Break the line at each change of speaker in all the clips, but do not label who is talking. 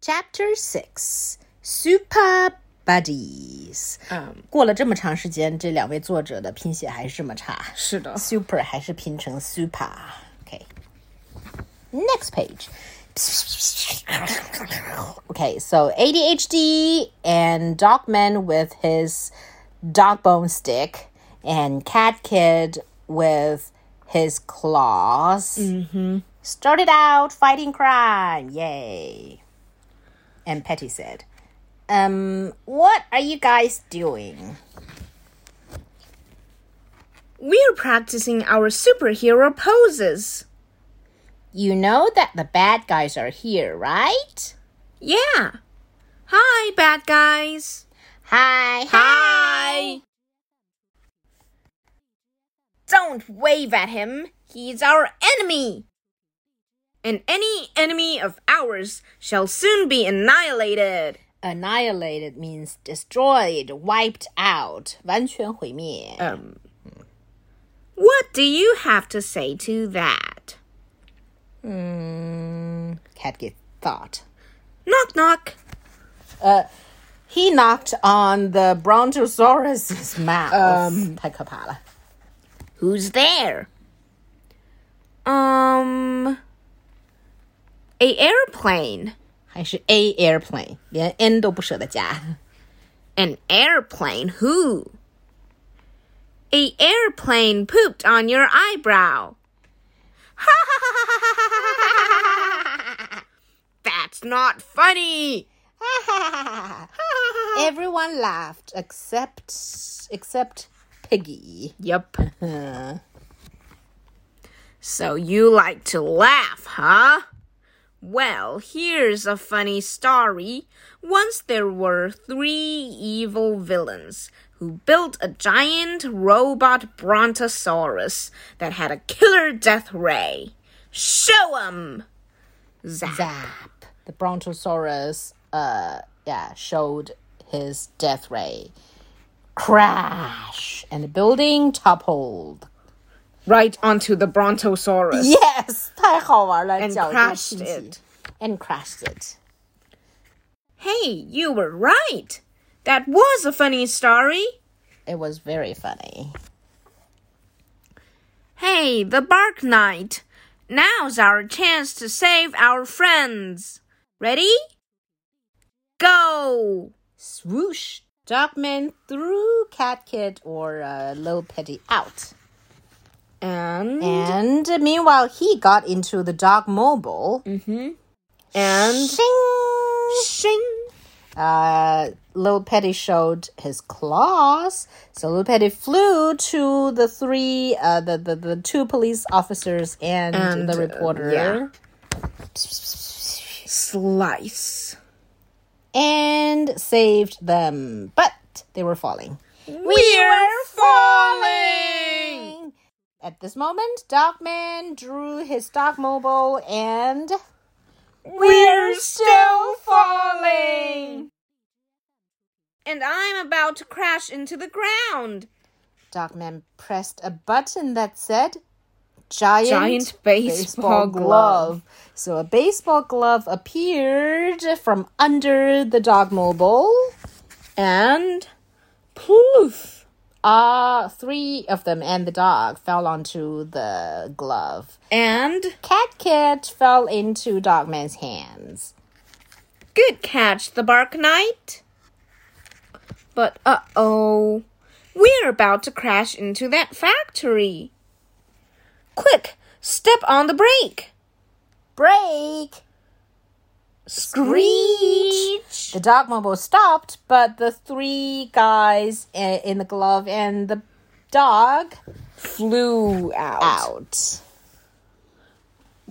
Chapter Six Super Buddies。
嗯，
过了这么长时间，这两位作者的拼写还是这么差
是的，
，super 还是拼成 super。OK。Next page. Okay, so ADHD and Dogman with his dog bone stick and Cat Kid with his claws
Mm-hmm.
started out fighting crime. Yay. And Petty said, Um, what are you guys doing?
We're practicing our superhero poses.
You know that the bad guys are here, right?
Yeah. Hi, bad guys.
Hi,
Hi. Don't wave at him. Mm, He's our enemy. And any enemy of ours shall soon be annihilated.
Annihilated means destroyed, wiped out, 完全毁灭。
Um, what do you have to say to that?
Mm, Cat Kid thought.
Knock, knock.
He knocked on the Brontosaurus's mouth. Um, 太可怕了。
Who's there? Um, a airplane.
还是 a airplane，连 n 都不舍得加。
An airplane who? A airplane pooped on your eyebrow. That's not funny.
Everyone laughed except except Piggy.
Yep. so you like to laugh, huh? Well, here's a funny story. Once there were three evil villains who built a giant robot brontosaurus that had a killer death ray. Show 'em! Zap.
Zap. The Brontosaurus, uh, yeah, showed his death ray. Crash, and the building toppled.
Right onto the brontosaurus.
Yes, 太好玩了，
And
角度
crashed
清晰
it.
And crashed it.
Hey, you were right. That was a funny story.
It was very funny.
Hey, the Bark Knight! Now's our chance to save our friends! Ready? Go!
Swoosh! Dogman threw Cat Kid or uh, Lil Petty out.
And.
And meanwhile, he got into the dog mobile.
And.
Shing!
Shing!
Uh, Lil Petty showed his claws. So Lil Petty flew to the three, uh, the, the, the two police officers and,
And,
the
uh,
reporter.
yeah. Slice.
And saved them. But they were falling.
We're falling!
At this moment, Dogman drew his dog mobile and
We're still falling! And I'm about to crash into the ground!
Dogman pressed a button that said giant,
Giant baseball glove."
So a baseball glove appeared from under the dog mobile.
And. Poof!
Uh, three of them and the dog fell onto the glove.
And.
Cat Kit fell into Dogman's hands.
Good catch, the Bark Knight. But uh oh, we're about to crash into that factory. Quick, step on the brake.
Break!
Screech.
The dog mobile stopped, but the three guys i- in the glove and the dog
Flew out.
out.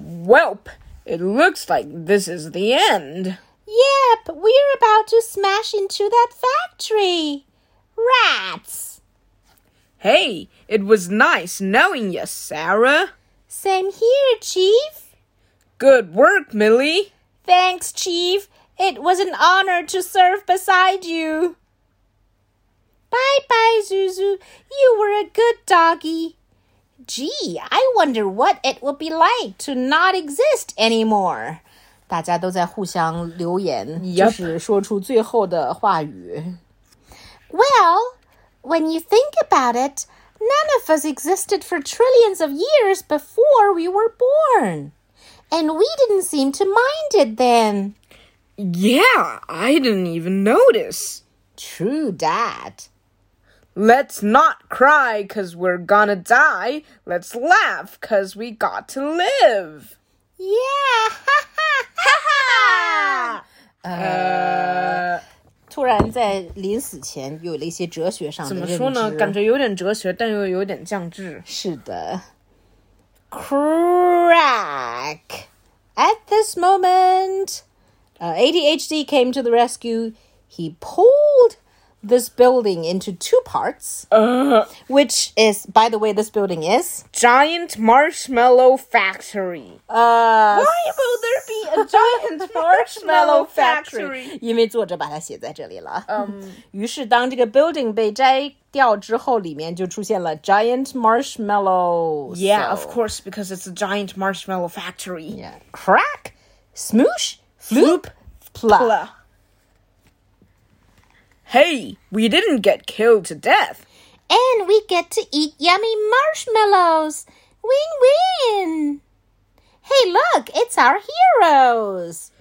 Welp, it looks like this is the end.
Yep, we're about to smash into that factory. Rats!
Hey, it was nice knowing you, Sarah.
Same here, Chief.
Good work, Millie.
Thanks, Chief. It was an honor to serve beside you. Bye bye, Zuzu. You were a good doggy. Gee, I wonder what it would be like to not exist anymore. 大家都在互相留言
Yup.
就是说出最后的话语。Well, when you think about it, none of us existed for trillions of years before we were born. And we didn't seem to mind it then.
Yeah, I didn't even notice.
True that.
Let's not cry because we're gonna die. Let's laugh because we got to live.
Yeah, ha ha ha ha.
呃，
突然在临死前有了一些哲学上的
怎么
认知。
说呢？感觉有点哲学，但又有点降智。
是的。Crack! At this moment, uh, ADHD came to the rescue. He pulled this building into two parts,
Oh.
which is, by the way, this building is.
Giant marshmallow factory.
Uh,
Why will there be a giant marshmallow factory?
因为作者把它写在这里了。嗯，于是当这个 building 被摘掉之后，里面就出现了 giant marshmallow。
Yeah, of course, because it's a giant marshmallow factory.
Yeah. Crack, smoosh, floop, pla.
Blah. Hey, we didn't get killed to death.
And we get to eat yummy marshmallows. Win win. Hey, look, it's our heroes.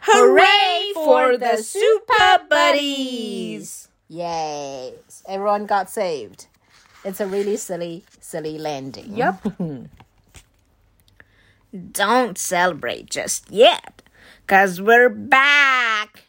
Hooray for the Super Buddies!
Yay. Everyone got saved. It's a really silly, silly landing.
Don't celebrate just yet, because we're back.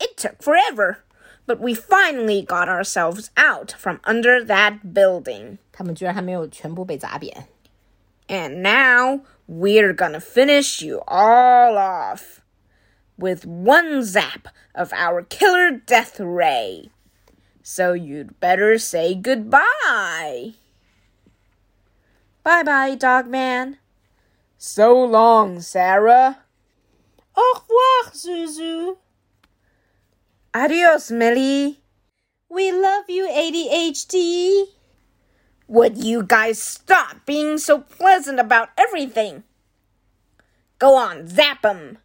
It took forever, but we finally got ourselves out from under that building.
他们居然还没有全部被砸扁。
And now we're gonna finish you all off with one zap of our killer death ray. So you'd better say goodbye. Bye bye, Dogman. So long, Sarah. Au revoir, Zuzu. Adios, Millie.
We love you, ADHD.
Would you guys stop being so pleasant about everything? Go on, zap 'em.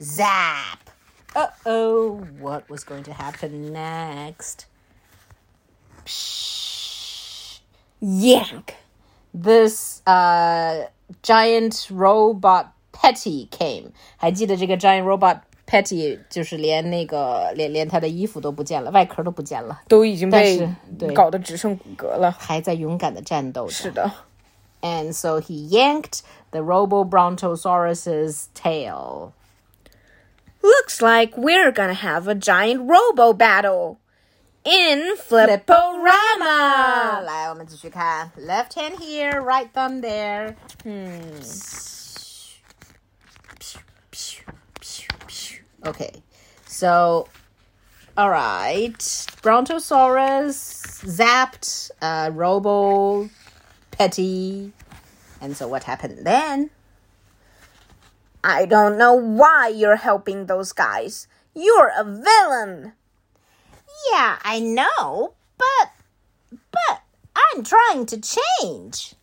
Zap. Uh oh, what was going to happen next?
Yank.
This uh, giant robot Petty came. 还记得这个 giant robot Petty 就是连那个连连他的衣服都不见了，外壳都不见了，还在勇敢的战斗着。
都已
但
经被
是，对。
搞得只剩骨骼了。
And so he yanked the Robo Brontosaurus's tail.
Looks like we're gonna have a giant robo battle in Flipporama.
来，我们继续看。Left hand here, right thumb there. Hmm. Okay, so, all right. Brontosaurus zapped uh, Robo Petty. And so, what happened then?
I don't know why you're helping those guys. You're a villain.
Yeah, I know, but, but I'm trying to change.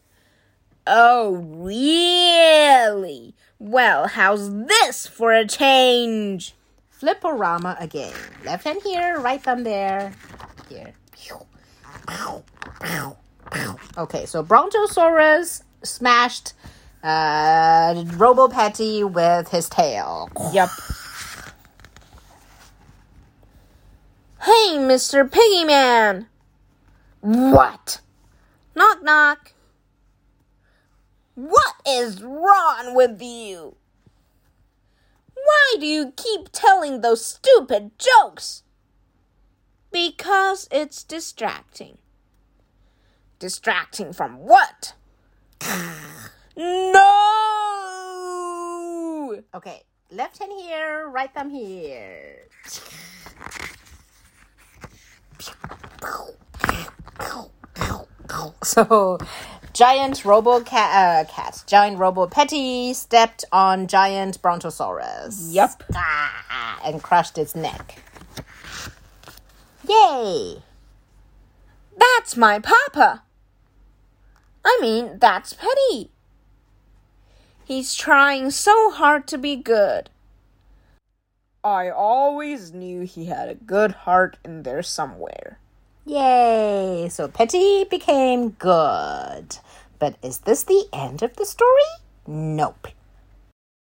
Oh, really? Well, how's this for a change?
Flipporama again. Left hand here, right thumb there. Here. Pew. Pow, pow, pow. Okay, so Brontosaurus smashed uh, Robo Patty with his tail.
Yep. Hey, Mr. Piggy Man. What? Knock knock. What is wrong with you? Why do you keep telling those stupid jokes? Because it's distracting. Distracting from what? no!
Okay, left hand here, right thumb here. So, giant robo cat, uh, cat, giant robo petty stepped on giant brontosaurus.
Yep.
Ah, and crushed its neck. Yay!
That's my papa. I mean, that's Petty. He's trying so hard to be good. I always knew he had a good heart in there somewhere.
Yay! So Petty became good. But is this the end of the story? Nope.